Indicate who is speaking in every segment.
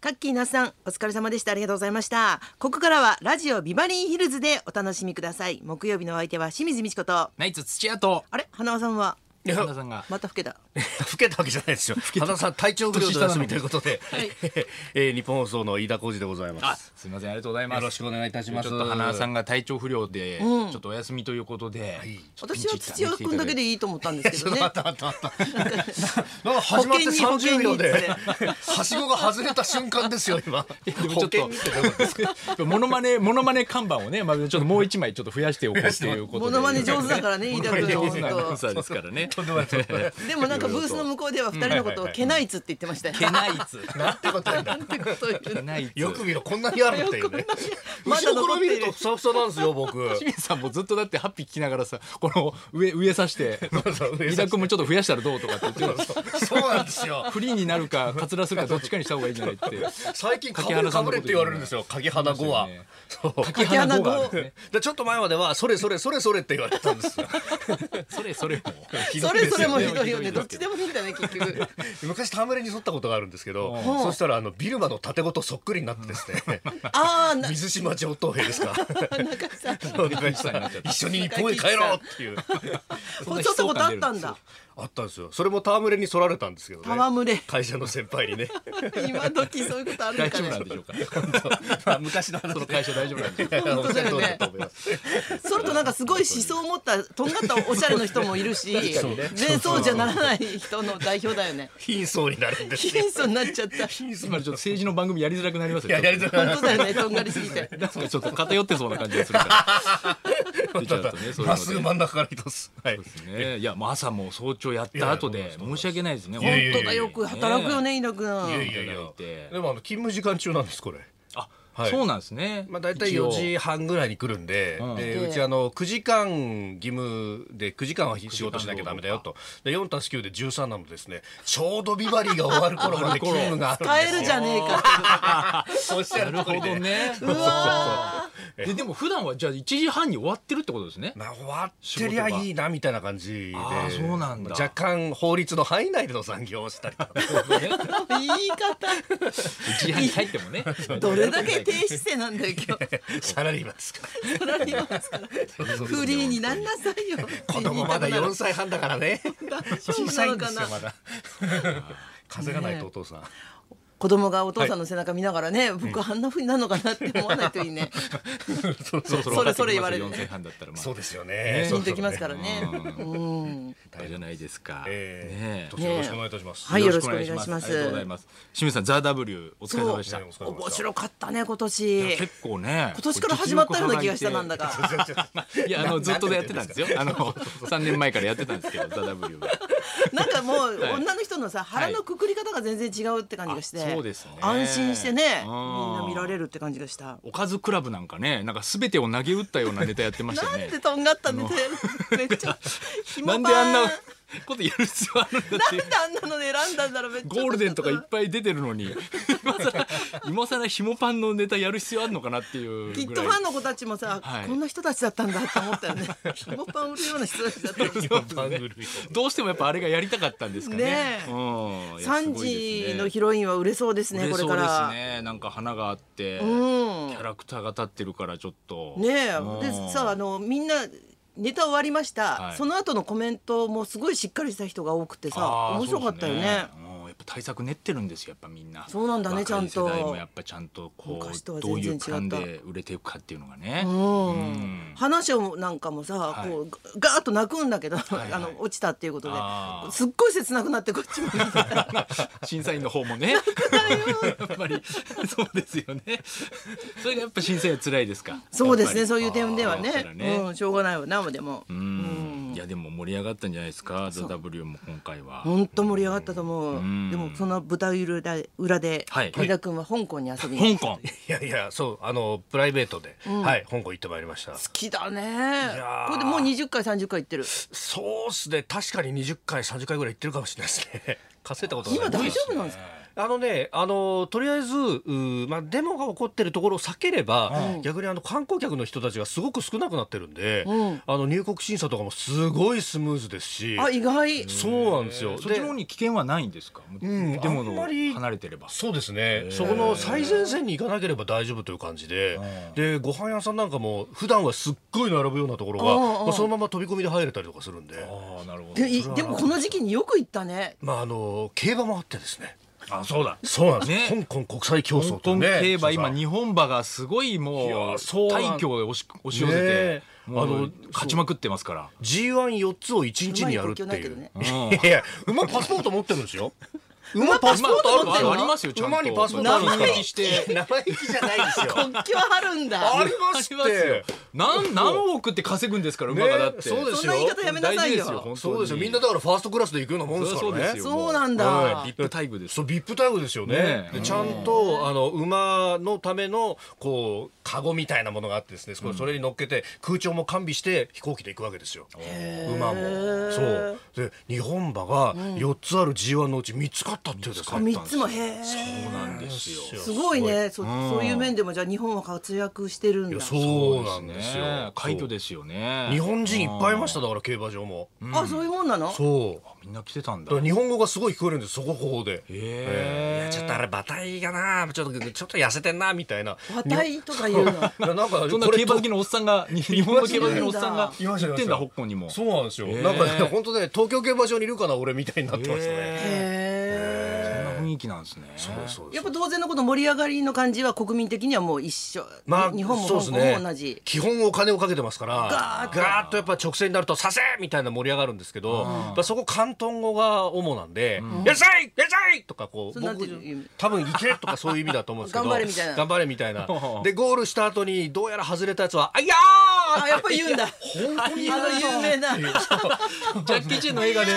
Speaker 1: カッキーなさんお疲れ様でしたありがとうございましたここからはラジオビバリーヒルズでお楽しみください木曜日のお相手は清水美智子とあ
Speaker 2: ナイツ土屋と
Speaker 1: れ花輪さんはい
Speaker 2: や神田さんが
Speaker 1: また老けた
Speaker 3: 老けたわけじゃないですよ。羽田さん体調不良でお休みということで、
Speaker 1: い
Speaker 3: えー日本放送の飯田浩二でございま
Speaker 2: あ
Speaker 3: す。
Speaker 2: すみませんありがとうございます
Speaker 3: よろしくお願いいたします。
Speaker 2: ちょっと花さ
Speaker 3: ん。
Speaker 2: んが体調不良で、ちょっとお休みということで、ちょっとピン
Speaker 1: 私
Speaker 2: チ
Speaker 1: は土屋
Speaker 2: ヒッターに来てい
Speaker 1: 君だ
Speaker 2: たいて
Speaker 1: けでいいと思ったんです
Speaker 3: ち
Speaker 1: け
Speaker 3: ょ
Speaker 1: ど
Speaker 3: っ
Speaker 1: ね
Speaker 3: と待った待った待った。なんか 始まって
Speaker 1: 保険に
Speaker 3: 30秒で
Speaker 1: 保
Speaker 3: はしごが外れた瞬間ですよ今。
Speaker 2: でもちょっとモノマネモノマネ看板をね、まあ、ちょっともう一枚ちょっと増やしておこうっていうこと
Speaker 1: モ
Speaker 2: で
Speaker 1: ノマネ上手だからね飯田君
Speaker 2: 上
Speaker 1: 本
Speaker 2: 手なアナウン
Speaker 1: 当
Speaker 2: サーですからね
Speaker 3: とんでもないとんでもない。
Speaker 1: でもなんかブースの向こうでは二人のことをケナイツって言ってましたよ
Speaker 2: けないつ
Speaker 3: なんてことやんだ。
Speaker 1: なんてことを言う
Speaker 2: けないつ
Speaker 3: よく見ろこんなにあるっていうね。
Speaker 1: まだ
Speaker 3: 後ろ
Speaker 1: 残
Speaker 3: か
Speaker 1: って
Speaker 3: ら見
Speaker 1: いる
Speaker 3: るとふさふさなんですよ僕。
Speaker 2: 清水さんもずっとだってハッピー聞きながらさこの上上さして
Speaker 3: そう上
Speaker 2: 伊
Speaker 3: 指
Speaker 2: 田君もちょっと増やしたらどうとかって言って
Speaker 3: そうなんですよ。
Speaker 2: フリーになるかカツラするかどっちかにした方がいいんじゃないって
Speaker 3: 最近
Speaker 2: 柿
Speaker 3: 影
Speaker 2: 原
Speaker 3: 原
Speaker 2: さ
Speaker 3: さ
Speaker 2: ん
Speaker 3: ん
Speaker 2: のこ
Speaker 3: のこととって言われるんですよ影花語は
Speaker 2: そうですよね
Speaker 3: そう
Speaker 2: 柿
Speaker 1: 花
Speaker 2: 花
Speaker 1: 子
Speaker 2: 子があるね
Speaker 3: でちょっと前まではそれそれそれそれって言われてたんですよ
Speaker 2: それそれも
Speaker 3: ひど
Speaker 1: そ
Speaker 3: いで
Speaker 1: れ
Speaker 3: す
Speaker 1: それもひどいよ
Speaker 2: ひどい
Speaker 1: ね
Speaker 2: ですよ
Speaker 1: どっちでもいいんだね結局
Speaker 3: 昔戯れに沿ったことがあるんですけど、
Speaker 2: うん
Speaker 3: そしたらあのビルマの縦ごとそっくりになってですね、
Speaker 1: ああ な
Speaker 3: 水島上等兵で す
Speaker 1: な
Speaker 3: か
Speaker 1: んかさ
Speaker 3: お願いした一緒に日本へ帰ろうっていう
Speaker 1: そうちょっとことあったんだ
Speaker 3: あったんですよそれも戯れにそられたんですけどね
Speaker 1: 戯れ
Speaker 3: 会社の先輩にね
Speaker 1: 今時そういうことあるの
Speaker 2: 大
Speaker 1: か
Speaker 2: 丈
Speaker 1: ね
Speaker 2: 夫なんでしょうか
Speaker 3: まあ昔の話
Speaker 2: その会社大丈夫なんでしょうか
Speaker 3: いや
Speaker 1: 本当だよね
Speaker 3: おっしゃる通りだと思 います
Speaker 1: それとなんかすごい思想を持ったとんがったおしゃれの人もいるし
Speaker 3: にね
Speaker 1: 全そうじゃならない人の代表だよね
Speaker 3: 貧相になるんですよ
Speaker 1: 貧相になっちゃった
Speaker 3: 貧
Speaker 2: つ
Speaker 3: 相
Speaker 2: まりちょっと政治の番組やりづらくなります
Speaker 3: いや
Speaker 2: よ
Speaker 3: やりづらい
Speaker 1: 本当だよねとんがりすぎて
Speaker 2: なんかちょっと偏ってそうな感じがするから出ちゃうとねそういう
Speaker 3: まっすぐ
Speaker 2: ので
Speaker 3: 真ん中から一つ。はい。
Speaker 2: ねいやもう朝もう早朝やった後で申し訳ないですね
Speaker 3: やいやいや
Speaker 1: 本当だよく働くよね飯田君
Speaker 2: やいやいや
Speaker 3: でもあの勤務時間中なんですこれ。
Speaker 2: あ
Speaker 3: はい
Speaker 2: そうなんですね
Speaker 3: まあ大体
Speaker 2: 一応
Speaker 3: 4時半ぐらいに来るんで、
Speaker 2: ん
Speaker 3: で
Speaker 1: で
Speaker 3: うちあの9時間義務で9時間は仕事しなきゃダメだよと。で4たす9で13なのですね。ちょうどビバリーが終わる頃まで勤務があるんですよ。
Speaker 1: 帰るじゃねえか
Speaker 3: おっしゃ
Speaker 2: な
Speaker 3: る
Speaker 2: る
Speaker 3: 通
Speaker 2: ほ
Speaker 3: り
Speaker 2: ど
Speaker 3: で。
Speaker 2: ね
Speaker 1: うわ
Speaker 2: ででも普段はじゃあ1時半に終わってるってことですね
Speaker 3: まあ終わってりゃいいなみたいな感じで。
Speaker 2: あーそうなんだ
Speaker 3: 若干法律の範囲内での残業をしたりと か。
Speaker 1: 言い方
Speaker 2: 1時半に帰ってもね
Speaker 1: どれだけ低姿勢なんだよ今日
Speaker 3: サラリーマンですか。
Speaker 1: そら言いますからフリーになんなさいよ
Speaker 3: 子供まだ
Speaker 1: 言いたくなる
Speaker 3: 4歳半だからね。
Speaker 1: 丈夫
Speaker 3: 小さいんです
Speaker 1: なのかな
Speaker 3: よまだ。風がないとお父さん。
Speaker 1: 子供がお父さんの背中見ながらね、僕あんな風になるのかなって思わないといいね。
Speaker 3: そう
Speaker 2: そろそろ
Speaker 1: それそれ言われる
Speaker 2: 4歳半だったらまあ
Speaker 3: そうですよね。
Speaker 1: ピンときますからね。うん
Speaker 2: じゃないですか。
Speaker 3: え
Speaker 2: ね
Speaker 3: えどうぞよろしくお願いいたします。
Speaker 1: はいよろしくお願いします
Speaker 2: ありがとうございます。清水さん、ザ・ W お疲れ様でした。
Speaker 3: そ
Speaker 2: い
Speaker 3: うお疲れ様でした
Speaker 1: 面白かったね今
Speaker 2: や
Speaker 1: 年。
Speaker 2: 結構ね。
Speaker 1: 今年から始まったような気がしたなんだ
Speaker 2: か。
Speaker 1: か。
Speaker 2: いや、あの、ずっとやってたんですよ。あの、3年前からやってたんですけど、ザ・ W が。
Speaker 1: なんかもう
Speaker 2: はい
Speaker 1: 女の人のさ腹のくくり方が全然違うって感じがして、
Speaker 2: あそうですね
Speaker 1: 安心してねみ
Speaker 2: うん
Speaker 1: んな見られるって感じがした。
Speaker 2: おかずクラブなんかね、なんか全てを投げ打ったようなネタやってました
Speaker 1: な
Speaker 2: よ
Speaker 1: ん
Speaker 2: ね
Speaker 1: で。とんがったネタやるめっちゃ紐
Speaker 2: な
Speaker 1: ばー
Speaker 2: ん
Speaker 1: ん
Speaker 2: であんなことやる必要あるんだっていう。
Speaker 1: なんであんなので選んだんだろうめっちゃ
Speaker 2: ゴールデンとかいっぱい出てるのに、今さら、今さらひもパンのネタやる必要あるのかなっていう
Speaker 1: きっ
Speaker 2: ぐ
Speaker 1: と
Speaker 2: らい。
Speaker 1: ファンの子たちもさ、
Speaker 2: はい
Speaker 1: こんな人たちだったんだって思ったよね。ひもパン売るような人たちだったよね。
Speaker 3: 番組
Speaker 2: どうしてもやっぱあれがやりたかったんですかね。
Speaker 1: ねえ
Speaker 2: うんいやす
Speaker 1: 三
Speaker 2: ごいですね
Speaker 1: 時のヒロインは売れそうですねこれか
Speaker 2: 売
Speaker 1: ら。
Speaker 2: れそうですね。なんか花があって、
Speaker 1: ん
Speaker 2: キャラクターが立ってるからちょっと。
Speaker 1: ねえ
Speaker 2: うん
Speaker 1: でさあのみんなネタ終わりました、
Speaker 2: はい
Speaker 1: その後のコメントもすごいしっかりした人が多くてさ
Speaker 2: あー
Speaker 1: 面白かったよね
Speaker 2: そうですねうんやっぱ対策練ってるんですよやっぱみんな。
Speaker 1: そうなんだね
Speaker 2: 若い
Speaker 1: ちゃんと
Speaker 2: 世代もやっぱちゃんとこ
Speaker 1: 昔とは
Speaker 2: う
Speaker 1: 全
Speaker 2: どう
Speaker 1: 然違
Speaker 2: いう
Speaker 1: った
Speaker 2: プランで売れていくかっていうのがね。
Speaker 1: うん
Speaker 2: うん
Speaker 1: 話をなんかもさ、
Speaker 2: い
Speaker 1: こうガガーッと泣くんだけど、
Speaker 2: い
Speaker 1: あの落ちたっていうことで
Speaker 2: あー
Speaker 1: すっごい切なくなってこっちも見て
Speaker 2: 審査員の方も ね。やっぱりそうですよね。それがやっぱ審査員は辛いですか。
Speaker 1: そうですねそう
Speaker 2: う。
Speaker 1: いう点ではね
Speaker 2: あーそうだね
Speaker 1: うん、しょうがないわなでも
Speaker 2: うんいやでも盛り上がったんじゃないですか。ザ W も今回は。
Speaker 1: 本当盛り上がったと思う、
Speaker 2: ん
Speaker 1: でもその舞台裏で裏で
Speaker 2: はい
Speaker 1: 飯田君は香港に遊びに
Speaker 2: 香港。
Speaker 3: いやいや、そう、あの、プライベートで、はい、香港行ってまいりました。
Speaker 1: 好きだね
Speaker 3: やー
Speaker 1: これでもう20回30回行ってる
Speaker 3: そうっすね、確かに20回、30回ぐらい行ってるかもしれないですね。稼いだことが
Speaker 1: 今
Speaker 3: ない
Speaker 1: 大丈夫なんですか
Speaker 3: あのね、あのとりあえず、うーまあ、デモが起こってるところを避ければ、逆にあの観光客の人たちがすごく少なくなってるんで、
Speaker 1: うん
Speaker 3: あの入国審査とかもすごいスムーズですし、
Speaker 1: あ意外
Speaker 3: そうなんですよ。
Speaker 2: そっちの方
Speaker 3: で
Speaker 2: に危険はないんですか、
Speaker 3: ん
Speaker 2: でも
Speaker 3: あんまり
Speaker 2: 離れてれば
Speaker 3: そうですねそこの最前線に行かなければ大丈夫という感じで
Speaker 2: うん
Speaker 3: でご飯屋さんなんかも普段はすっごい並ぶようなところ
Speaker 1: うんうんう
Speaker 3: が
Speaker 1: ん
Speaker 3: まあそのまま飛び込みで入れたりとかするんで
Speaker 2: ああなるほど
Speaker 1: でいでもこの時期によく行ったね
Speaker 3: まああの競馬もあってですね
Speaker 2: あそうだ
Speaker 3: そうなんです
Speaker 2: ね
Speaker 3: 香港国際競
Speaker 2: 香
Speaker 3: 争と
Speaker 2: 港
Speaker 3: いうね
Speaker 2: 競馬
Speaker 3: 所
Speaker 2: 今
Speaker 3: が
Speaker 2: 日本馬がすごいもう
Speaker 3: いやそうなん
Speaker 2: 大挙で押し押し寄せ
Speaker 3: ね
Speaker 2: て
Speaker 3: え、
Speaker 2: もう
Speaker 3: あの
Speaker 2: 勝ちまくってますから
Speaker 3: G14 つを1日にやるって
Speaker 1: うまい
Speaker 3: い
Speaker 1: 国境
Speaker 3: う
Speaker 1: ない
Speaker 2: けどね
Speaker 3: いやいや馬パスポート持ってるんですよ馬
Speaker 1: パスポート持ってるの
Speaker 2: ありますよちゃんと
Speaker 3: 馬にパスポー
Speaker 1: トあ
Speaker 2: あ
Speaker 1: る
Speaker 2: る
Speaker 1: んですか
Speaker 2: して
Speaker 3: 生意気じゃないですよ
Speaker 1: 国境張るんだ
Speaker 3: ありますって
Speaker 2: あよ何何億って稼ぐんですから馬がだって、
Speaker 3: ねそうで
Speaker 1: そん
Speaker 3: すよ
Speaker 1: な言い方やめなさ
Speaker 2: 大事
Speaker 1: い
Speaker 2: で
Speaker 1: よ
Speaker 2: すよ本当に
Speaker 3: そうですよみんなだからファーストクラスで行くようなもんですか
Speaker 2: そりゃそう
Speaker 3: ら
Speaker 2: です
Speaker 3: ね
Speaker 2: よ
Speaker 1: そうなんだ
Speaker 2: ビップ待遇です
Speaker 3: そうビップタイムですよね
Speaker 2: ねえ
Speaker 3: でちゃんとあの馬のためのこうカゴみたいなものがあってですねそれそれに乗っけて空調も完備して飛行機で行くわけですよ馬もそうで日本馬が4つある G1 のうち3つ勝ったっていうんですか
Speaker 1: 三つもへえ
Speaker 2: そうなんですよ
Speaker 1: すごいねそそういう面でもじゃあ日本は活躍してるん
Speaker 3: い
Speaker 1: だ
Speaker 3: やそうなんですよ
Speaker 2: ね快挙ですよね
Speaker 3: 日本人いっぱいいましただから競馬場も
Speaker 1: あそういうもんなの
Speaker 3: そう
Speaker 2: みんな来てたん
Speaker 3: だ
Speaker 2: だ
Speaker 3: から日本語がすごい聞こえるんですそこここで
Speaker 2: ええ
Speaker 3: いやちょっとあれ馬体がなちょっとちょっと痩せてんなみたいな
Speaker 1: 話題とか言うの
Speaker 3: いやなんか
Speaker 2: そんな
Speaker 3: これ
Speaker 2: 競馬好きのおっさんが日本の競馬好きのおっさんが
Speaker 3: いまし
Speaker 2: 行っ
Speaker 3: たいま
Speaker 2: て
Speaker 3: し
Speaker 2: ん
Speaker 3: た
Speaker 2: だ香港にも
Speaker 3: そうなんですよ、
Speaker 2: えー
Speaker 3: なんかね本当ね東京競馬場にいるかな俺みたいになってましたね、
Speaker 2: え
Speaker 1: へえ
Speaker 2: そんな雰囲気なんですね
Speaker 3: そうですそうです
Speaker 1: やっぱ当然のこと盛り上がりの感じは国民的にはもう一緒、
Speaker 3: まあ
Speaker 1: 日本も香
Speaker 3: そう
Speaker 1: 港
Speaker 3: ですね
Speaker 1: も同じ、
Speaker 3: 基本お金をかけてますから
Speaker 1: ガーッと
Speaker 3: ガーッとやっぱ直線になると「させ!」みたいな盛り上がるんですけどやっぱそこ広東語が主なんで「野菜野菜!」とかこう
Speaker 1: そうなん
Speaker 3: 僕
Speaker 1: ていう意味
Speaker 3: 多分「いけ!」とかそういう意味だと思うんですけど
Speaker 1: 頑張れみたいな
Speaker 3: 頑張れみた いなでゴールした後にどうやら外れたやつは「あいや
Speaker 1: あやっぱり言うんだあの有名な
Speaker 2: ジャッキー・チェンの映画で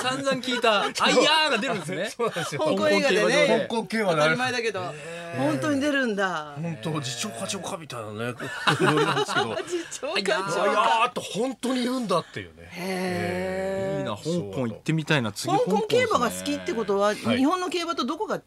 Speaker 2: 散々聞いた「アイヤー!」が出るんですね
Speaker 3: ー!」そうなんですよ
Speaker 1: 香港映画でね
Speaker 3: 香港競馬
Speaker 1: 当
Speaker 3: であ
Speaker 1: た
Speaker 3: れ
Speaker 1: り前だけど本当に出るんだ
Speaker 3: 本当次長課長かみたいな ねノリなんですけど
Speaker 1: 次長官
Speaker 3: い
Speaker 1: 長官
Speaker 3: やーっと本当にいるんだっていうね
Speaker 2: いい
Speaker 1: へえ
Speaker 2: な香港行ってみたいな次
Speaker 1: 香港競馬が
Speaker 2: です
Speaker 1: 好
Speaker 2: ね
Speaker 1: きってことは、
Speaker 3: い
Speaker 1: 日本の競馬とどこが違う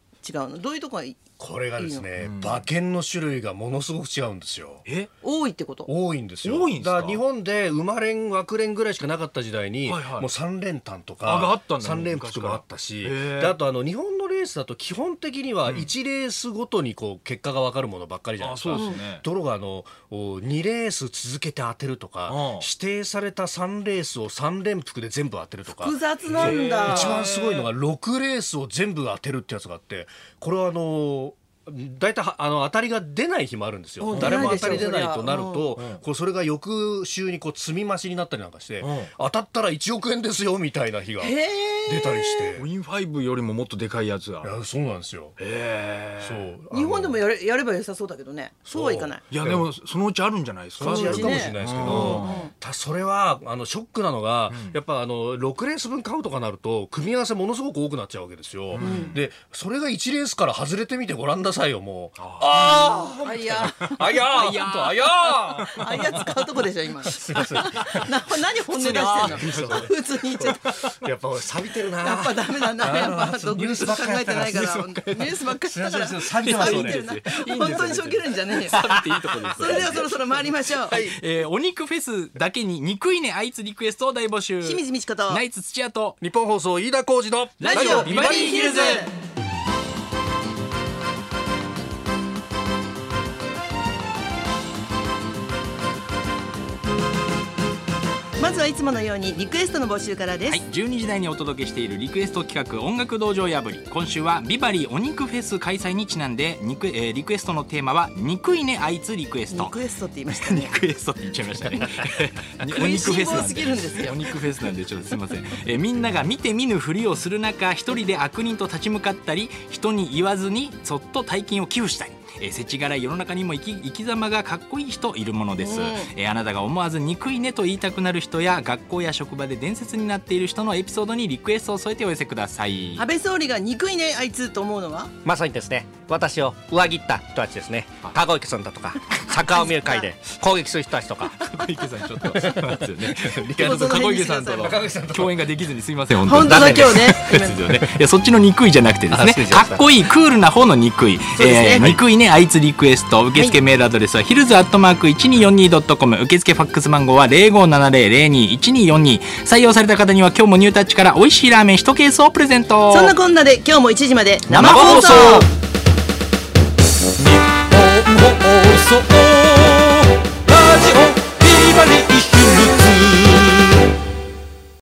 Speaker 1: のどういうとこがい
Speaker 3: これがですね馬券の種類がものすごく違うんですよ
Speaker 2: え
Speaker 1: 多いってこと
Speaker 3: 多いんですよ
Speaker 2: 多いんですか
Speaker 3: だら日本で馬連枠連ぐらいしかなかった時代に、
Speaker 2: はいはい
Speaker 3: もう三連単と
Speaker 2: あがあっ
Speaker 3: か
Speaker 2: たんだ
Speaker 3: 三連複もあったし
Speaker 2: 昔からへえ
Speaker 3: であとあの日本のレースだと基本的には1レースごとにこう結果が分かるものばっかりじゃないですか、
Speaker 2: あそうですね
Speaker 3: ところがあの2レース続けて当てるとか、
Speaker 2: うん
Speaker 3: 指定された3レースを3連複で全部当てるとか
Speaker 1: 複雑なんだ
Speaker 3: 一番すごいのが6レースを全部当てるってやつがあってこれはあの大体はあの当たりが出ない日もあるんで
Speaker 1: う
Speaker 3: すよ
Speaker 1: ん
Speaker 3: 誰も当たり出ないとなる
Speaker 1: 出
Speaker 3: とこうそれが翌週にこう積み増しになったりなんかして
Speaker 2: うん
Speaker 3: 当たったら1億円ですよみたいな日が
Speaker 1: へ
Speaker 3: 出
Speaker 1: え
Speaker 3: たりして
Speaker 2: ウィンファイブよりももっとでかいやつ
Speaker 3: い
Speaker 2: が
Speaker 3: やそうなんですよ
Speaker 2: え
Speaker 3: そうあの
Speaker 1: 日本でもやれやれば良さそうだけどねそうはいかない
Speaker 2: えいやでもそのうちあるんじゃないです
Speaker 3: その
Speaker 2: か
Speaker 3: うちやるかもしれないですけど、
Speaker 1: うん
Speaker 3: たそれはあのショックなのが、やっぱあの6レース分買うとかなると組み合わせものすごく多くなっちゃうわけですよ、でそれが1レースから外れてみてごらんなさいよもうあ
Speaker 1: あいや
Speaker 3: ーあやーあやーあや
Speaker 1: あいや使うとこでしょ今な何本音出してんの普通に言っちゃった
Speaker 3: ーやっぱ俺錆びてるな
Speaker 1: やっぱダメだな、やっぱ独
Speaker 3: ニュー
Speaker 1: 立
Speaker 3: ス
Speaker 1: 考
Speaker 3: ばっかりや
Speaker 1: え
Speaker 3: って
Speaker 1: てな
Speaker 3: る
Speaker 1: いから、ニュースばっかりだから、
Speaker 3: 錆びてますよね
Speaker 1: 錆びてるな本当にしょけるんじゃねえよ。
Speaker 2: 見ていいとこです
Speaker 1: それではそろそろ参りましょう。
Speaker 2: えーお肉フェスだけに憎いねあいつリクエストを大募集
Speaker 1: 清水美智子と
Speaker 2: ナイツ土屋と
Speaker 3: 日本放送飯田浩二の
Speaker 1: ラジオビバリーヒルズ。まずはいつものようにリクエストの募集からです。
Speaker 2: はい、12時台にお届けしているリクエスト企画「音楽道場破り」今週はビバリーお肉フェス開催にちなんで肉、えーリクエストのテーマは「憎いねあいつリクエス
Speaker 1: リ
Speaker 2: ト」
Speaker 1: クエストって言いました ね。
Speaker 2: リクエストって言っちゃいましたねお 肉
Speaker 1: 食
Speaker 2: フ
Speaker 1: いしん
Speaker 2: ェス
Speaker 1: 坊
Speaker 2: なん
Speaker 1: す
Speaker 2: で
Speaker 1: ぎるんですよ
Speaker 2: お肉フェスなんでちょっとすいません、えーみんなが見て見ぬふりをする中一人で悪人と立ち向かったり人に言わずにそっと大金を寄付したりえー、世知辛い世の中にも生き生き様がかっこいい人いるものです、
Speaker 1: うん
Speaker 2: えーあなたが思わず憎いねと言いたくなる人や学校や職場で伝説になっている人のエピソードにリクエストを添えてお寄せください
Speaker 1: 安倍総理が憎いねあいつと思うのは
Speaker 4: まさにですね私を上切った人たちですね籠池さんだとか坂尾美優会で攻撃する人たちと か
Speaker 2: 小池さんちょっとな んですよねリカルドと小池さんとの
Speaker 3: 高木さんと
Speaker 2: 共演ができずにすみません本当
Speaker 1: 本
Speaker 2: に
Speaker 1: 当だ今日ね
Speaker 2: ですよね。いやそっちの憎いじゃなくてです
Speaker 4: あ
Speaker 2: ね。
Speaker 4: 失礼しま
Speaker 2: か
Speaker 4: した
Speaker 2: っこいいクールな方の憎い。
Speaker 1: そうですね
Speaker 2: えー憎いねあいつリクエスト。受付メールアドレスはヒルズアットマーク一二四二ドットコム。受付ファックス番号は零五七零零二一二四二。採用された方には今日もニュータッチから美味しいラーメン一ケースをプレゼント。
Speaker 1: そんなこんなで今日も1時まで
Speaker 2: 生放送。